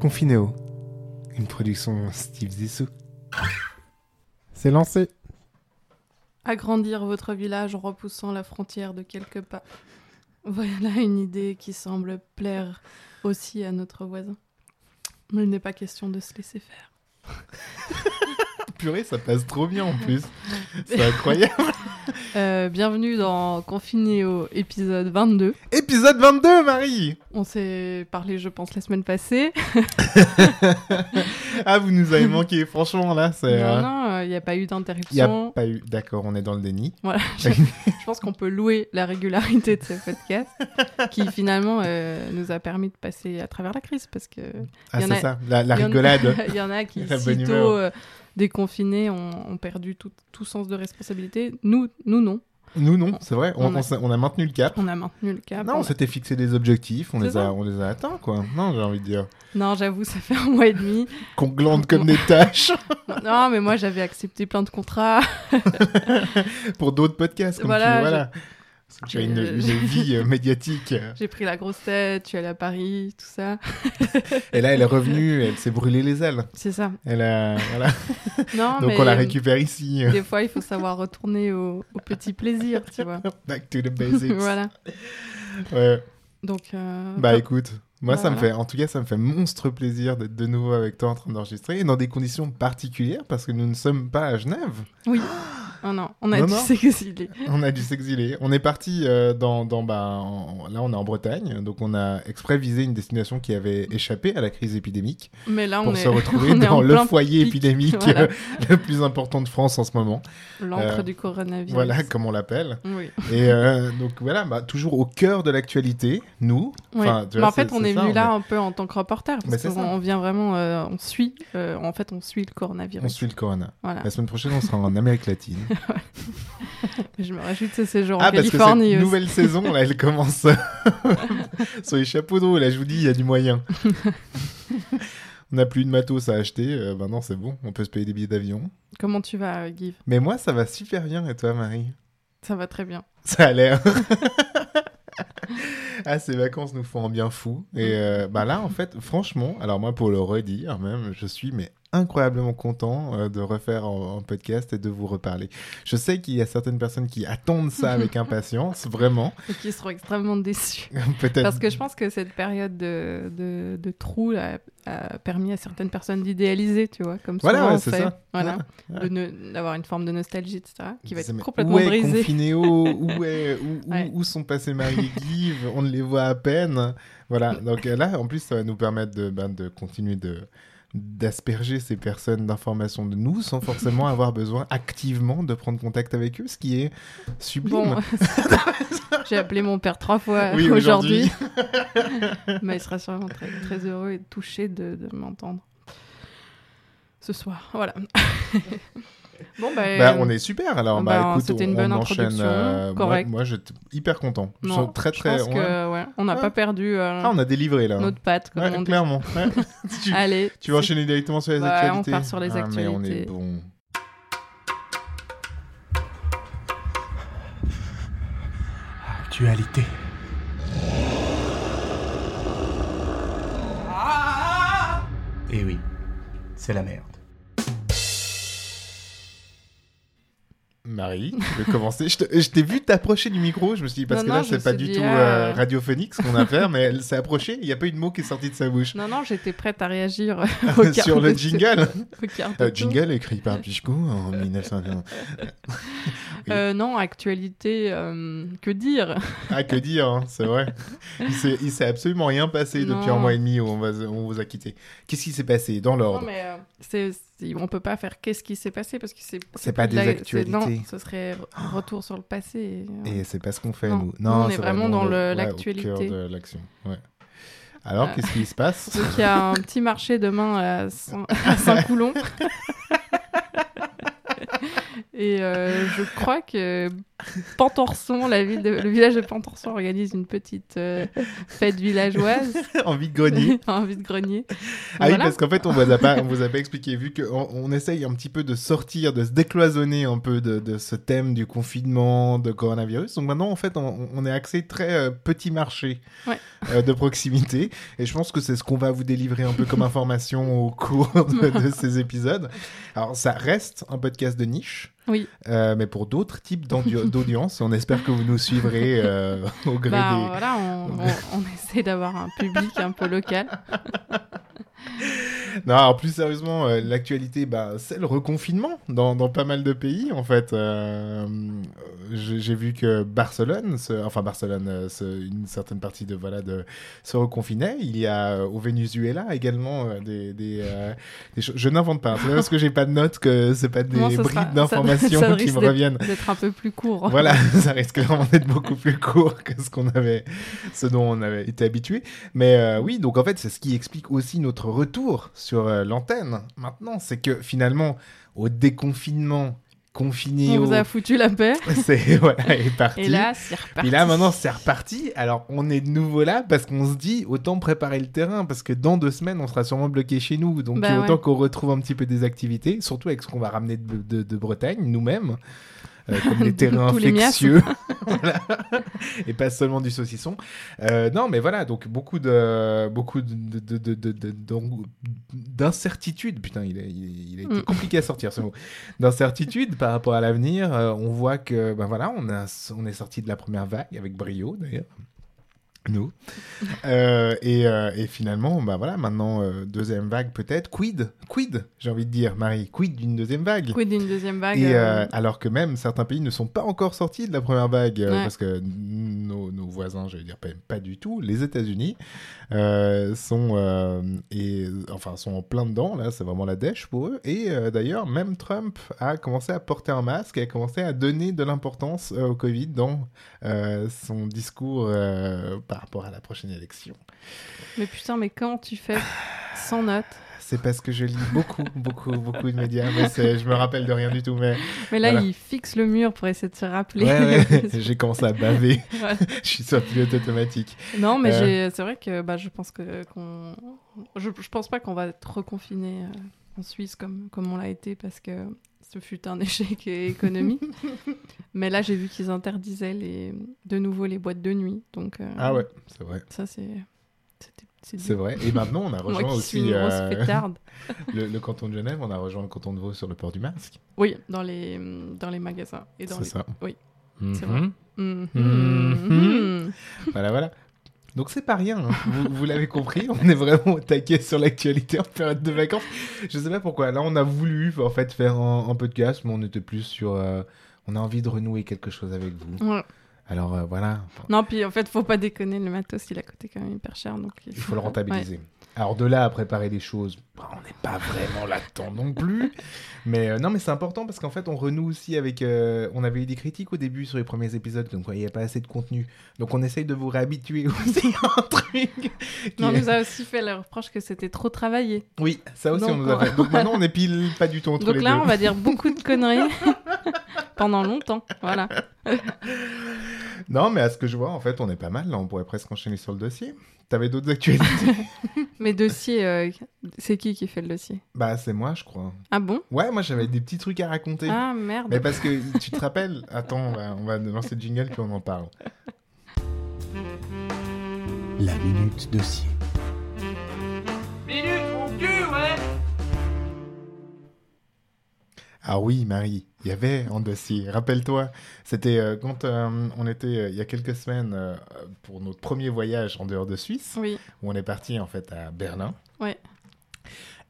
Confinéo, une production Steve Zissou. C'est lancé. Agrandir votre village en repoussant la frontière de quelques pas. Voilà une idée qui semble plaire aussi à notre voisin. Mais il n'est pas question de se laisser faire. Purée, ça passe trop bien en plus. C'est incroyable. Euh, bienvenue dans Confinéo épisode 22. Épisode 22, Marie On s'est parlé, je pense, la semaine passée. Ah, vous nous avez manqué, franchement, là, c'est... non, euh, non, il n'y a pas eu y a d'interruption. pas eu... D'accord, on est dans le déni. Voilà, je, je pense qu'on peut louer la régularité de ce podcast qui finalement euh, nous a permis de passer à travers la crise parce que Ah, Y en c'est a- ça, la, la Il y en a- rigolade. Il y en a qui, La bonne humeur. sitôt euh, déconfinés, ont, ont perdu tout, tout sens de responsabilité. Nous, nous non. Nous, non, c'est vrai, on, On a- on s'est- on a maintenu le cap. On a maintenu le cap. Non, On on a- s'était fixé des objectifs, on C'est les, a, ça. on les a atteints, quoi. Non, j'ai envie de dire. Non, j'avoue, ça fait un mois et demi. Qu'on glande comme des tâches non, mais moi, j'avais accepté plein de contrats. pour d'autres podcasts, comme Voilà, tu voilà. Parce que Tu as une, Euh, une vie euh, médiatique. J'ai pris la grosse tête, tu es allé à Paris, tout ça. Et là, elle est revenue, elle s'est brûlée les ailes. C'est ça. Elle a, voilà. Donc Non, Ah, mais on la récupère ici. des fois, il faut savoir retourner au, au petit plaisir, tu vois. Back to the basics. voilà. Ouais. Donc, euh, Bah écoute, moi Bah, ça me voilà. fait, en tout cas ça me fait monstre plaisir d'être de nouveau avec toi en train d'enregistrer et dans des conditions particulières parce que nous ne sommes pas à Genève. oui. Oh non, on a Non, dû non. s'exiler. On a dû s'exiler. On est parti euh, dans, dans bah, en- là on est en Bretagne, donc on a exprès visé une destination qui avait échappé à la crise épidémique Mais là, on pour est se retrouver on est dans en le plein foyer pic, épidémique voilà. euh, le plus important de France en ce moment. l'encre Euh, du coronavirus. Voilà comme on l'appelle. Oui. Et euh, donc voilà, bah, toujours au cœur de l'actualité, nous. Ouais. Enfin, tu Mais vois, en fait, c'est- on c'est est ça, venu on là est- un peu en tant que reporter, Mais parce c'est qu'on ça. on vient vraiment, euh, on suit, euh, en Ah. fait, on suit le On coronavirus. suit le corona. Voilà. La semaine prochaine, on sera en Amérique latine. Je me rajoute ce séjour en ah, parce que cette Californie euh, aussi. nouvelle saison, là, elle commence sur les chapeaux de roue. Là, je vous dis, il y a du moyen. on n'a plus de matos à acheter. Euh, maintenant, c'est bon. On peut se payer des billets d'avion. Comment tu vas, euh, Guy Mais moi, ça va super bien. Et toi, Marie Ça va très bien. Ça a l'air. ah, ces vacances nous font un bien fou. Mm. Et euh, bah là, en fait, franchement, alors moi, pour le redire, hein, même, je suis mais incroyablement content euh, de refaire un, un podcast et de vous reparler. Je sais qu'il y a certaines personnes qui attendent ça avec impatience, vraiment. Et qui seront extrêmement déçus. Peut-être. Parce que je pense que cette période de, de, de trou là, a permis à certaines personnes d'idéaliser, tu vois, comme Voilà, souvent ouais, on c'est fait. ça. Voilà. Ouais, ouais. De ne- D'avoir une forme de nostalgie, etc., qui va C'est- être mais complètement où est brisée. Confinéo où, est- où, où- Ouais. où sont passés Marie et Guive On ne les voit à peine. Voilà, donc euh, là, en plus, ça va nous permettre de, ben, de continuer de d'asperger ces personnes d'informations de nous sans forcément avoir besoin activement de prendre contact avec eux, ce qui est sublime. Bon, j'ai appelé mon père trois fois Oui, aujourd'hui, mais il sera sûrement très, très heureux et touché de, de m'entendre ce soir. Voilà. bon, ben, Bah, on est super alors. Bah, Bah, écoute, c'était une on, bonne on enchaîne. euh, introduction, moi- correct. Moi, j'étais hyper content. Je non, suis très, je très. pense on, que, a... ouais, on n'a Ouais. pas perdu euh, Ah, on a délivré là. notre patte, comme Ouais, on dit. clairement. Ouais. tu, Allez, tu vas c'est- enchaîner directement sur les Ouais, on actualités. part sur les Ah, mais on est actualités. bon. Actualité. Et Eh oui, c'est la merde. Marie, tu veux commencer Je te- je t'ai vu t'approcher du micro, je me suis dit, parce Non, que non, là, je c'est me pas suis du dit, tout ah. euh, radiophonique ce qu'on a à faire, mais elle s'est approchée, il n'y a pas eu de mot qui est sorti de sa bouche. Non, non, j'étais prête à réagir au Sur le quart de- jingle au quart de Euh, tour. Jingle écrit par Pichecou en 1990. Oui. Euh, non, actualité, euh, que dire Ah, que dire, hein, c'est vrai. Il s'est il s'est absolument rien passé depuis Non. un mois et demi où on, va- on vous a quitté. Qu'est-ce qui s'est passé dans Non, l'ordre mais euh, c'est- c'est- on peut pas faire qu'est-ce qui s'est passé parce que c'est. C'est pas plus des de la- actualités. Ah. c'est- Non, ce serait re- retour sur le passé. et, euh, Et c'est pas ce qu'on fait, Non. nous. Nous, on est c'est vraiment dans le- ouais, au l'actualité. cœur de l'action. ouais. Alors, Euh. qu'est-ce qui se passe Donc il y a un petit marché demain à Saint- à Saint-Coulon. Et euh, je crois que Pantorson, la ville de- le village de Pantorson organise une petite euh, fête villageoise, en vide-grenier. un vide-grenier. Ah oui, Voilà. parce qu'en fait, on vous a pas, on vous a pas expliqué, vu qu'on on essaye un petit peu de sortir, de se décloisonner un peu de, de ce thème du confinement, de coronavirus. Donc maintenant, en fait, on, on est axé très euh, petit marché Ouais. euh, de proximité. Et je pense que c'est ce qu'on va vous délivrer un peu comme information au cours de, de ces épisodes. Alors, ça reste un podcast de niche. Oui. euh, mais pour d'autres types d'audio- d'audience, on espère que vous nous suivrez euh, au gré Bah, des, voilà, on, on- on essaie d'avoir un public un peu local. Non, alors plus sérieusement, euh, l'actualité, bah, c'est le reconfinement dans, dans pas mal de pays, en fait. Euh, J'ai j'ai vu que Barcelone, se- enfin Barcelone, euh, se- une certaine partie de voilà de se reconfinait. Il y a euh, au Venezuela également euh, des, des, euh, des choses. Je n'invente pas. C'est pas parce que j'ai pas de notes que c'est pas des Non, ça sera- ça- bribes d'informations ça qui risque me d'être- reviennent. D'être un peu plus court. Voilà, ça risque clairement d'être beaucoup plus court que ce qu'on avait, ce dont on avait été habitué. Mais euh, oui, donc en fait, c'est ce qui explique aussi notre retour sur euh, l'antenne maintenant, c'est que finalement, au déconfinement, confiné, On vous au- a foutu la paix. c'est voilà, est parti. Et là, c'est reparti. Et là, maintenant, c'est reparti. Alors, on est de nouveau là parce qu'on se dit autant préparer le terrain parce que dans deux semaines, on sera sûrement bloqué chez nous. Donc, Bah autant ouais. qu'on retrouve un petit peu des activités, surtout avec ce qu'on va ramener de, de- de Bretagne nous-mêmes, euh, comme des terrains Tous les miasmes. infectieux. Voilà. Et pas seulement du saucisson. Euh, non, mais voilà, donc beaucoup de beaucoup de- de- de- de- de- d'en- d'incertitudes. Putain, il a, il a- il a été Mm. compliqué à sortir ce mot d'incertitude par rapport à l'avenir. Euh, on voit que, ben voilà, on, a, on est sorti de la première vague avec brio d'ailleurs. Nous. Euh, et, euh, et finalement, ben voilà, maintenant, euh, deuxième vague peut-être. Quid Quid, j'ai envie de dire, Marie. Quid d'une deuxième vague Quid d'une deuxième vague et euh, euh, alors que même certains pays ne sont pas encore sortis de la première vague, euh, Ouais. parce que nos, nos voisins, j'allais dire pas, pas du tout, les États-Unis euh, sont euh, et enfin sont en plein dedans là, c'est vraiment la dèche pour eux. Et euh, d'ailleurs, même Trump a commencé à porter un masque et a commencé à donner de l'importance euh, au Covid dans euh, son discours euh, par rapport à la prochaine élection. Mais putain, mais comment tu fais sans notes C'est parce que je lis beaucoup, beaucoup, beaucoup de médias, mais c'est- je me rappelle de rien du tout, mais Mais là, Voilà. il fixe le mur pour essayer de se rappeler. ouais, ouais, j'ai commencé à baver. Voilà. je suis sur pilote automatique. Non, mais Euh. j'ai- c'est vrai que bah, je pense que qu'on, je, je pense pas qu'on va être reconfiné euh, en Suisse comme comme on l'a été parce que ce fut un échec et- économique. mais là, j'ai vu qu'ils interdisaient les de nouveau les boîtes de nuit, donc euh, Ah ouais, c'est vrai. ça c'est c'était- c'est C'est dur. vrai. Et maintenant, on a Moi rejoint qui suis aussi une grosse euh, fêtarde. le, le canton de Genève, on a rejoint le canton de Vaud sur le port du masque. Oui, dans les mm, dans les magasins et dans C'est les. ça. oui. Mhm. C'est vrai. Mhm. Mhm. Voilà, voilà. Donc c'est pas rien, hein. vous, vous l'avez compris, on est vraiment au taquet sur l'actualité en période de vacances. Je sais pas pourquoi, là on a voulu en fait faire un, un podcast, mais on était plus sur... euh, on a envie de renouer quelque chose avec vous. Mhm. Ouais. Alors euh, voilà, Enfin, Non, puis en fait, faut pas déconner, le matos, il a coûté quand même hyper cher. Donc il faut le rentabiliser. Alors de là à préparer des choses, bah, on n'est pas vraiment là-dedans non plus. Mais euh, non, mais c'est important parce qu'en fait, on renoue aussi avec. euh, on avait eu des critiques au début sur les premiers épisodes, donc il n'y a pas assez de contenu. Donc on essaye de vous réhabituer aussi à un truc. qui- Non, on nous a aussi fait le reproche que c'était trop travaillé. Oui, ça aussi Donc, on nous a on- fait. Donc maintenant, on est pile pas du tout entre Donc les là, deux. on va dire beaucoup de conneries pendant longtemps. Voilà. Non, mais à ce que je vois, en fait, on est pas mal. Là, on pourrait presque enchaîner sur le dossier. T'avais d'autres actualités Mais dossier, euh, c'est qui qui fait le dossier Bah, c'est moi, je crois. Ah bon Ouais, moi, j'avais des petits trucs à raconter. Ah merde. Mais parce que tu te rappelles, attends, on va, on va lancer le jingle puis on en parle. La minute dossier. Ah oui, Marie, il y avait un dossier. Rappelle-toi, c'était euh, quand euh, on était euh, il y a quelques semaines euh, pour notre premier voyage en dehors de Suisse, Oui, où on est parti en fait à Berlin. Ouais.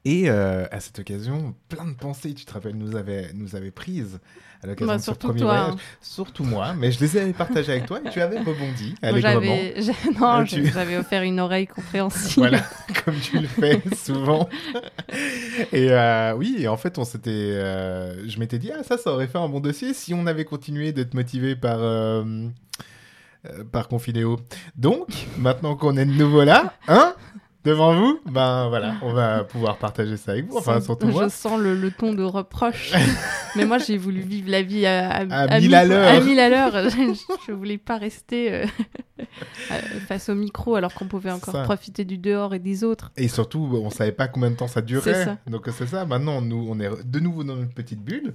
Et euh, à cette occasion, plein de pensées, tu te rappelles, nous avaient nous avaient prises à l'occasion Bah, de ce surtout premier toi. voyage. hein. Surtout moi, mais je les avais partagées avec toi et tu avais rebondi Moi, allègrement. j'avais... j'ai- Non, Euh, tu- j'ai- j'avais offert une oreille compréhensible. Voilà, comme tu le fais souvent. Et euh, oui, et en fait, on s'était, euh, je m'étais dit, ah ça, ça aurait fait un bon dossier si on avait continué d'être motivé par euh, euh, par Confidéo. Donc, maintenant qu'on est de nouveau là, hein devant vous, ben voilà, on va pouvoir partager ça avec vous. Enfin, C'est- surtout moi. Je sens le, le ton de reproche. Mais moi, j'ai voulu vivre la vie à, À mille à l'heure. à mille à l'heure. Je je voulais pas rester euh, euh, face au micro alors qu'on pouvait encore Ça. profiter du dehors et des autres. Et surtout, on savait pas combien de temps ça durait. C'est ça. Donc c'est ça. Maintenant, nous, on est de nouveau dans notre petite bulle.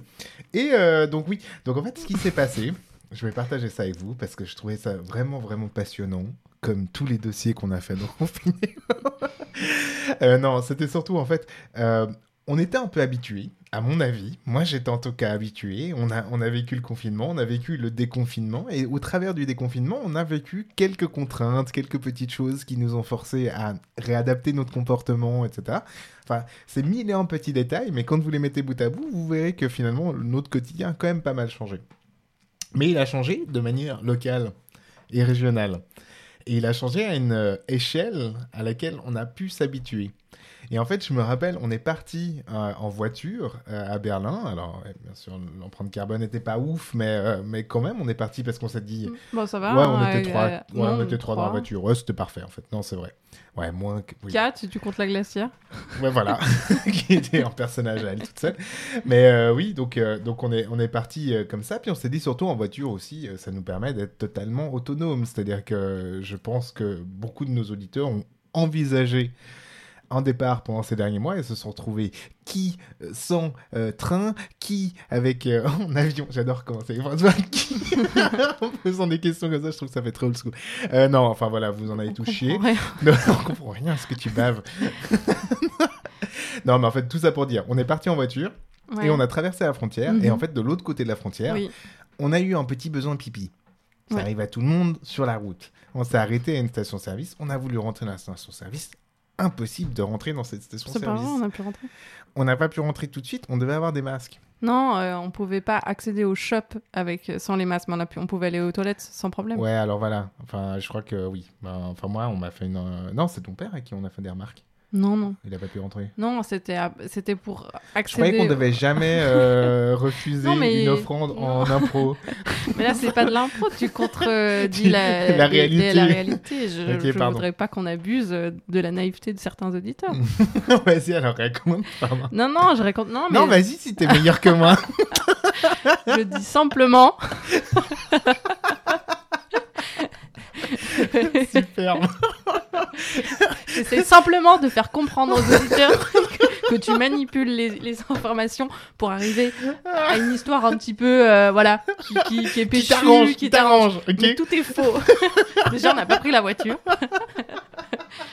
Et euh, donc oui. Donc en fait, ce qui s'est passé, je vais partager ça avec vous parce que je trouvais ça vraiment, vraiment passionnant, comme tous les dossiers qu'on a fait dans le confinement. Euh, non, c'était surtout en fait, euh, on était un peu habitués. À mon avis, moi j'étais en tout cas habitué. On a, on a vécu le confinement, on a vécu le déconfinement, et au travers du déconfinement, on a vécu quelques contraintes, quelques petites choses qui nous ont forcé à réadapter notre comportement, etc. Enfin, c'est mille et un petits détails, mais quand vous les mettez bout à bout, vous verrez que finalement notre quotidien a quand même pas mal changé. Mais il a changé de manière locale et régionale. Et il a changé à une euh, échelle à laquelle on a pu s'habituer. Et en fait, je me rappelle, on est parti euh, en voiture euh, à Berlin. Alors, ouais, bien sûr, l'empreinte carbone n'était pas ouf, mais, euh, mais quand même, on est parti parce qu'on s'est dit, Bon, ça va. ouais, on hein, était euh, trois, euh, ouais, on non, était trois dans la trois. voiture. Ouais, c'était parfait, en fait. Non, c'est vrai. Ouais, moins que... oui. Quatre, si tu comptes la glacière. Ouais, voilà, qui était en personnage à elle toute seule. Mais euh, oui, donc, euh, donc on est, on est parti euh, comme ça. Puis on s'est dit, surtout en voiture aussi, euh, ça nous permet d'être totalement autonome. C'est-à-dire que euh, je pense que beaucoup de nos auditeurs ont envisagé un départ pendant ces derniers mois et se sont retrouvés qui euh, sans euh, train, qui avec euh, en avion. J'adore comment c'est. Enfin, tu vois, qui en posant des questions comme ça, je trouve que ça fait très old school. Euh, non, enfin voilà, vous en avez On tout comprend chié. rien. Non, on comprend rien à ce que tu baves. non, mais en fait, tout ça pour dire, on est parti en voiture Ouais. et on a traversé la frontière. Mhm. Et en fait, de l'autre côté de la frontière, Oui. on a eu un petit besoin de pipi. Ça Ouais. arrive à tout le monde sur la route. On s'est arrêté à une station-service. On a voulu rentrer dans la station-service. Impossible de rentrer dans cette C'est pas grave, on station-service. a pu rentrer. On n'a pas pu rentrer tout de suite. On devait avoir des masques. Non, euh, on pouvait pas accéder au shop avec, euh, sans les masques, mais on, a pu- on pouvait aller aux toilettes sans problème. Ouais, alors voilà. Enfin, je crois que oui. Ben, Enfin, moi, on m'a fait une. euh, Non, c'est ton père à qui on a fait des remarques. Non, non. Il n'a pas pu rentrer. Non, c'était à- c'était pour Je accéder. croyais qu'on devait jamais euh, refuser Non, mais- une offrande en impro. Mais là, c'est pas de l'impro, tu contredis Tu- la, la les- les- réalité. la réalité. Je, Ok, je pardon. Mm. voudrais pas qu'on abuse euh, de la naïveté de certains auditeurs. vas-y, alors raconte. pardon. non, non, je raconte. Non, mais Non, vas-y, si t'es meilleur que moi. je dis simplement. Super. J'essaie simplement de faire comprendre aux auditeurs que, que tu manipules les, les informations pour arriver à une histoire un petit peu, euh, voilà, qui, qui, qui est Qui péchue, t'arrange, qui qui t'arrange. t'arrange, ok Mais tout est faux. Déjà, on n'a pas pris la voiture.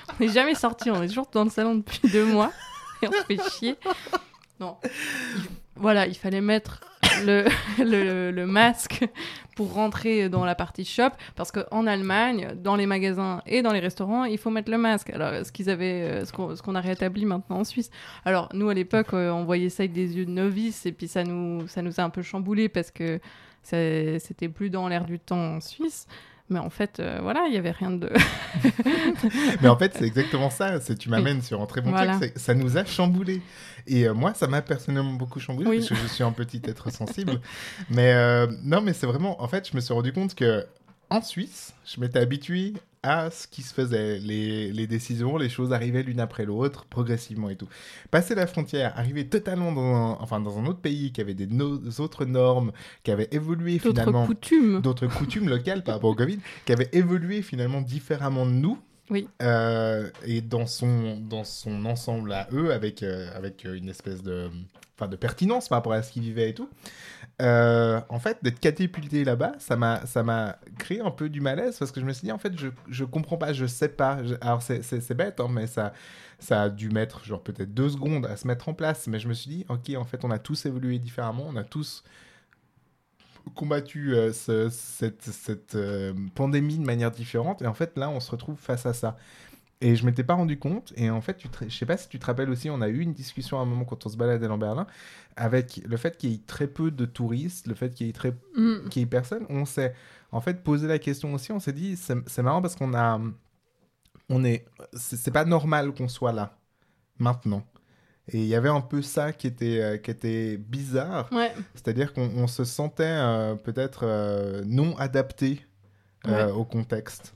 on n'est jamais sorti. On est toujours dans le salon depuis deux mois. Et on se fait chier. Non. Il- Voilà, il fallait mettre le, le, le masque pour rentrer dans la partie shop. Parce qu'en Allemagne, dans les magasins et dans les restaurants, il faut mettre le masque. Alors, ce qu'ils avaient, euh, ce qu'on ce qu'on a rétabli maintenant en Suisse. Alors, nous, à l'époque, euh, on voyait ça avec des yeux de novice. Et puis, ça nous, ça nous a un peu chamboulé parce que ça- c'était plus dans l'air du temps en Suisse. Mais en fait, euh, voilà, il y avait rien de. Mais en fait, c'est exactement ça. C'est tu m'amènes sur un très bon Voilà. truc. c'est- Ça nous a chamboulé. Et euh, moi, ça m'a personnellement beaucoup chamboulé Oui. parce que je suis un petit être sensible. Mais euh, non, mais c'est vraiment. En fait, je me suis rendu compte que en Suisse, je m'étais habitué à ce qui se faisait, les, les décisions, les choses arrivaient l'une après l'autre, progressivement et tout. Passer la frontière, arriver totalement dans un, enfin, dans un autre pays qui avait des no- autres normes, qui avait évolué D'autres finalement coutumes. d'autres coutumes locales par rapport au Covid qui avaient évolué finalement différemment de nous. Oui. Euh, et dans son, dans son ensemble à eux, avec, euh, avec euh, une espèce de, enfin, de pertinence par rapport à ce qu'ils vivaient et tout. Euh, en fait, d'être catapulté là-bas, ça m'a, ça m'a créé un peu du malaise parce que je me suis dit, en fait, je, je comprends pas, je sais pas. Je- alors, c'est, c'est, c'est bête, hein, mais ça, ça a dû mettre, genre, peut-être deux secondes à se mettre en place. Mais je me suis dit, ok, en fait, on a tous évolué différemment, on a tous combattu euh, ce- cette, cette, euh, pandémie de manière différente. Et en fait, là, on se retrouve face à ça. Et je m'étais pas rendu compte. Et en fait, tu te- je sais pas si tu te rappelles aussi, on a eu une discussion à un moment quand on se baladait dans Berlin, avec le fait qu'il y ait très peu de touristes, le fait qu'il y ait très Mm. qui est personne, on s'est en fait posé la question aussi, on s'est dit c'est c'est marrant parce qu'on a on est c'est c'est pas normal qu'on soit là maintenant. Et il y avait un peu ça qui était euh, qui était bizarre, Ouais. c'est-à-dire qu'on on se sentait euh, peut-être euh, non adapté euh, au contexte.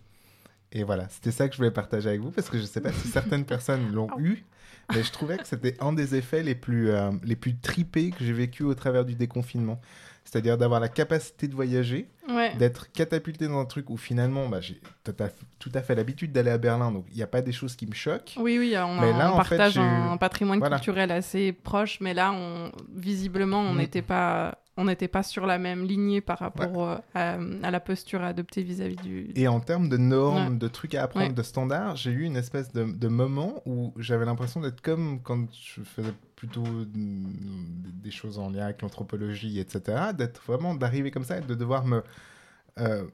Et voilà, c'était ça que je voulais partager avec vous parce que je ne sais pas si certaines personnes l'ont eu, mais je trouvais que c'était un des effets les plus, euh, les plus tripés que j'ai vécu au travers du déconfinement. C'est-à-dire d'avoir la capacité de voyager, Ouais. d'être catapulté dans un truc où finalement bah, j'ai tout à- tout à fait l'habitude d'aller à Berlin, donc il n'y a pas des choses qui me choquent. Oui, oui, on, a- Mais là, on en fait, partage j'ai eu- un patrimoine Voilà. culturel assez proche, mais là, on, visiblement, on Mm. n'était pas, on n'était pas sur la même lignée par rapport euh, à, à la posture adoptée vis-à-vis du. Et en termes de normes, de trucs à apprendre, Ouais. de standards, j'ai eu une espèce de, de moment où j'avais l'impression d'être comme quand je faisais plutôt mm, des choses en lien avec l'anthropologie, etc. D'être vraiment, d'arriver comme ça et de devoir me. euh,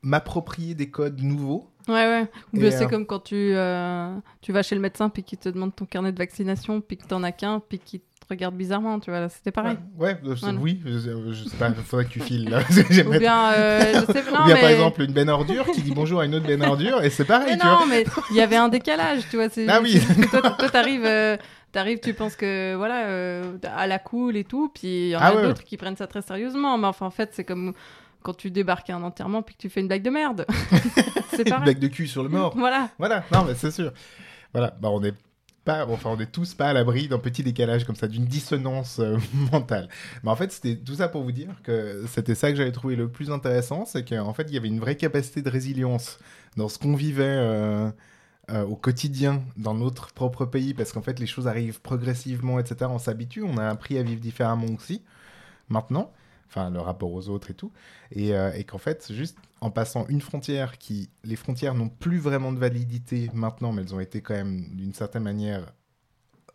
m'approprier des codes nouveaux. Ouais, ouais. Ou Et, bien c'est euh, comme quand tu, euh, tu vas chez le médecin puis qu'il te demande ton carnet de vaccination puis que t'en as qu'un puis qu'il te regarde bizarrement, tu vois. là, C'était pareil. Ouais, ouais, je- Voilà. oui, je, je sais pas, faudrait que tu files. là. J'aime Ou être- bien, euh, je sais, non, Ou bien, mais... par exemple une benne ordure qui dit bonjour à une autre benne ordure et c'est pareil, Mais Ah tu vois. non, mais il y avait un décalage, tu vois. c'est- Ah oui. c'est- toi, toi, t'arrives, euh, t'arrives, tu penses que voilà, euh, à la cool et tout, puis il y en Ah a ouais. d'autres qui prennent ça très sérieusement. Mais enfin, en fait, c'est comme quand tu débarques à un enterrement puis que tu fais une blague de merde. c'est Une pareil. blague de cul sur le mort. Voilà. Voilà, non, mais c'est sûr. Voilà, bah, on n'est pas, enfin, on est tous pas à l'abri d'un petit décalage comme ça, d'une dissonance euh, mentale. Mais en fait, c'était tout ça pour vous dire que c'était ça que j'avais trouvé le plus intéressant, c'est qu'en fait, il y avait une vraie capacité de résilience dans ce qu'on vivait euh, euh, au quotidien dans notre propre pays, parce qu'en fait, les choses arrivent progressivement, etc. On s'habitue, on a appris à vivre différemment aussi, maintenant. Enfin, le rapport aux autres et tout. Et, euh, et qu'en fait, juste en passant une frontière qui. Les frontières n'ont plus vraiment de validité maintenant, mais elles ont été quand même d'une certaine manière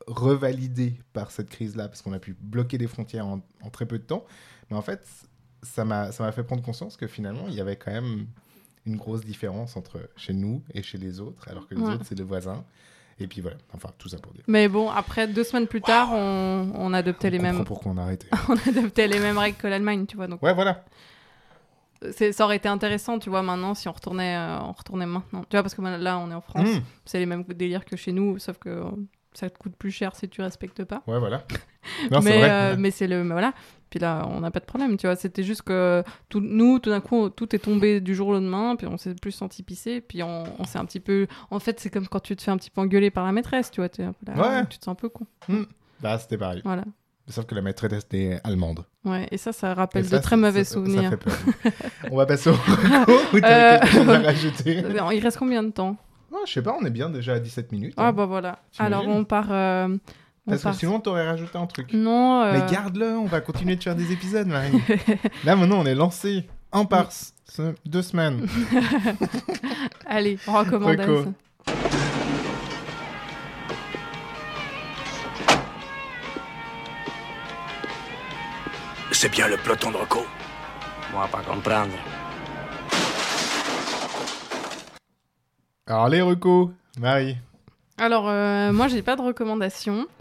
revalidées par cette crise-là, parce qu'on a pu bloquer des frontières en, en très peu de temps. Mais en fait, ça m'a ça m'a fait prendre conscience que finalement, il y avait quand même une grosse différence entre chez nous et chez les autres, alors que les Ouais. autres, c'est le voisin. Et puis voilà, enfin, tout ça pour dire. Mais bon, après deux semaines plus tard, on, on adoptait les On comprend mêmes, pourquoi on a arrêté. on adoptait les mêmes règles que l'Allemagne, tu vois. Donc Ouais, voilà. c'est- ça aurait été intéressant, tu vois, maintenant si on retournait, euh, on retournait maintenant. Tu vois, parce que là, on est en France. Mmh. C'est les mêmes délires que chez nous, sauf que euh, ça te coûte plus cher si tu respectes pas. Ouais, voilà. Non, c'est mais vrai. euh, mais c'est le mais voilà. Puis là, on n'a pas de problème, tu vois. C'était juste que tout, nous, tout d'un coup, on- tout est tombé du jour au lendemain, puis on s'est plus senti pisser, puis on, on s'est un petit peu. En fait, c'est comme quand tu te fais un petit peu engueuler par la maîtresse, tu vois. t'es un peu là, Ouais. Tu te sens un peu con. Bah, c'était pareil. Voilà. Sauf que la maîtresse était allemande. Ouais. Et ça, ça Et rappelle ça, de très c'est- mauvais ça- souvenirs. ça fait peur. on va passer au recours où t'avais Euh, quelque chose à rajouter. Il reste combien de temps Non, je sais pas, on est bien déjà à 17 minutes. Ah hein. bah voilà. T'imagines Alors on part. euh, on Parce que part- sinon, t'aurais rajouté un truc. Non. euh, Mais garde-le, on va continuer de faire des épisodes, Marine. Là, maintenant, on est lancé. Un par se- deux semaines. Allez, recommandation. Reco. C'est bien le peloton de recours. On va pas comprendre. Alors, les recos, Marie. Alors euh, moi, j'ai pas de recommandation.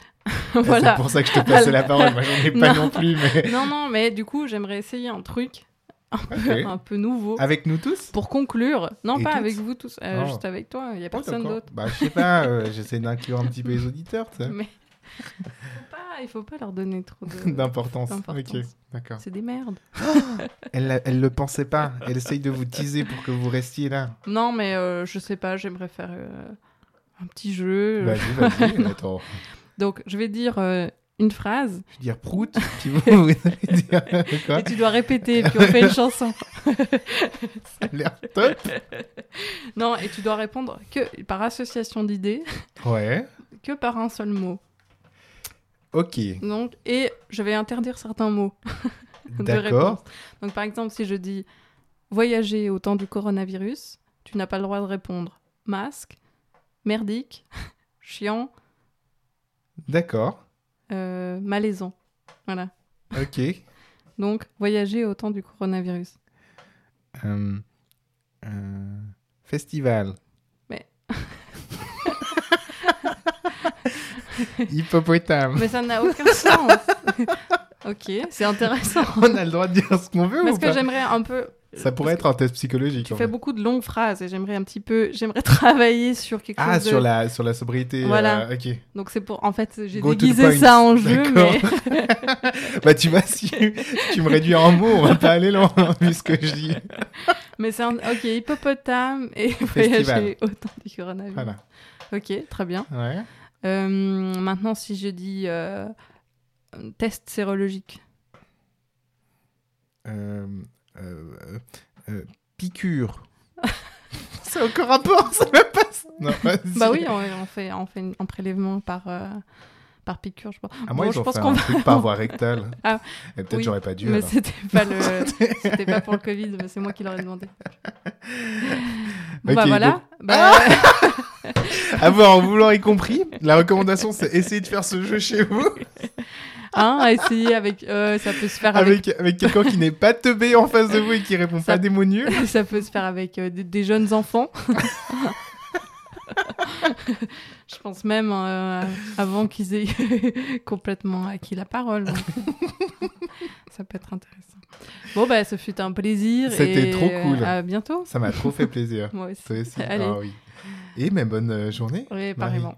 Eh, voilà. C'est pour ça que je te passais la parole. Moi, j'en ai pas Non. non plus, mais. Non, non, mais du coup, j'aimerais essayer un truc un peu, Ok. un peu nouveau. Avec nous tous Pour conclure, non, Et pas toutes avec vous tous, euh, Oh. juste avec toi, il n'y a Oh, personne d'accord. d'autre. Bah, je sais pas, euh, j'essaie d'inclure un petit peu les auditeurs, tu sais, Mais faut pas- il faut pas leur donner trop de. D'importance. D'importance. Ok, d'accord. C'est des merdes. Elle, la- elle le pensait pas. Elle essaye de vous teaser pour que vous restiez là. Non, mais euh, je sais pas, j'aimerais faire euh, un petit jeu. Vas-y, vas-y. Attends. Donc, je vais dire euh, une phrase Je vais dire prout, puis vous, vous allez dire quoi et tu dois répéter, puis on fait une chanson. Ça a l'air top. Non, et tu dois répondre que par association d'idées, Ouais. que par un seul mot. Ok. Donc, et je vais interdire certains mots. de D'accord. réponse. Donc par exemple, si je dis voyager au temps du coronavirus, tu n'as pas le droit de répondre masque, merdique, chiant, D'accord. euh, malaisant. Voilà. Ok. Donc voyager au temps du coronavirus. Hum, euh, festival. Mais- Hippopotame. Mais ça n'a aucun sens. ok, c'est intéressant. On a le droit de dire ce qu'on veut Parce ou que pas j'aimerais un peu. Ça pourrait être un test psychologique. Tu en fais fait. beaucoup de longues phrases et j'aimerais un petit peu. J'aimerais travailler sur quelque Ah, chose. de- sur, la, sur la sobriété. Voilà. euh, ok. Donc c'est pour. En fait, j'ai Go to the déguisé point. ça en jeu, D'accord. mais. hein, Bah tu vois, si tu me réduis en mots, on va pas aller loin, vu ce que je dis. Mais c'est un... Ok, hippopotame et Festival. voyager au temps du coronavirus. Voilà. Ok, très bien. Ouais. Euh, maintenant, si je dis euh, test sérologique. Euh, euh, euh, euh, piqûre. c'est encore un port, ça me passe. Non, vas-y. Bah oui, on, on fait, on fait un prélèvement par, euh, par piqûre, je crois. À Ah, moi, Bon, ils je ont pense fait qu'on un va- truc par voie rectale. Ah, Et peut-être oui, j'aurais pas dû. mais alors. c'était pas, le... c'était pas pour le Covid, mais c'est moi qui l'aurais demandé. Bon, bah Ok, voilà. donc- Bah, Avoir en voulant y compris, la recommandation c'est essayer de faire ce jeu chez vous Ah hein, à essayer avec. euh, ça peut se faire avec. avec, avec quelqu'un qui n'est pas teubé en face de vous et qui répond Ça- pas démonieux. ça peut se faire avec euh, des, des jeunes enfants. je pense même euh, avant qu'ils aient complètement acquis la parole. donc. ça peut être intéressant. Bon, bah, ce fut un plaisir. C'était et, trop cool. euh, À bientôt. Ça m'a trop fait plaisir. Moi aussi. Toi aussi. Allez. Ah oui. Et mais bonne euh, journée. Oui, Marie. pareillement.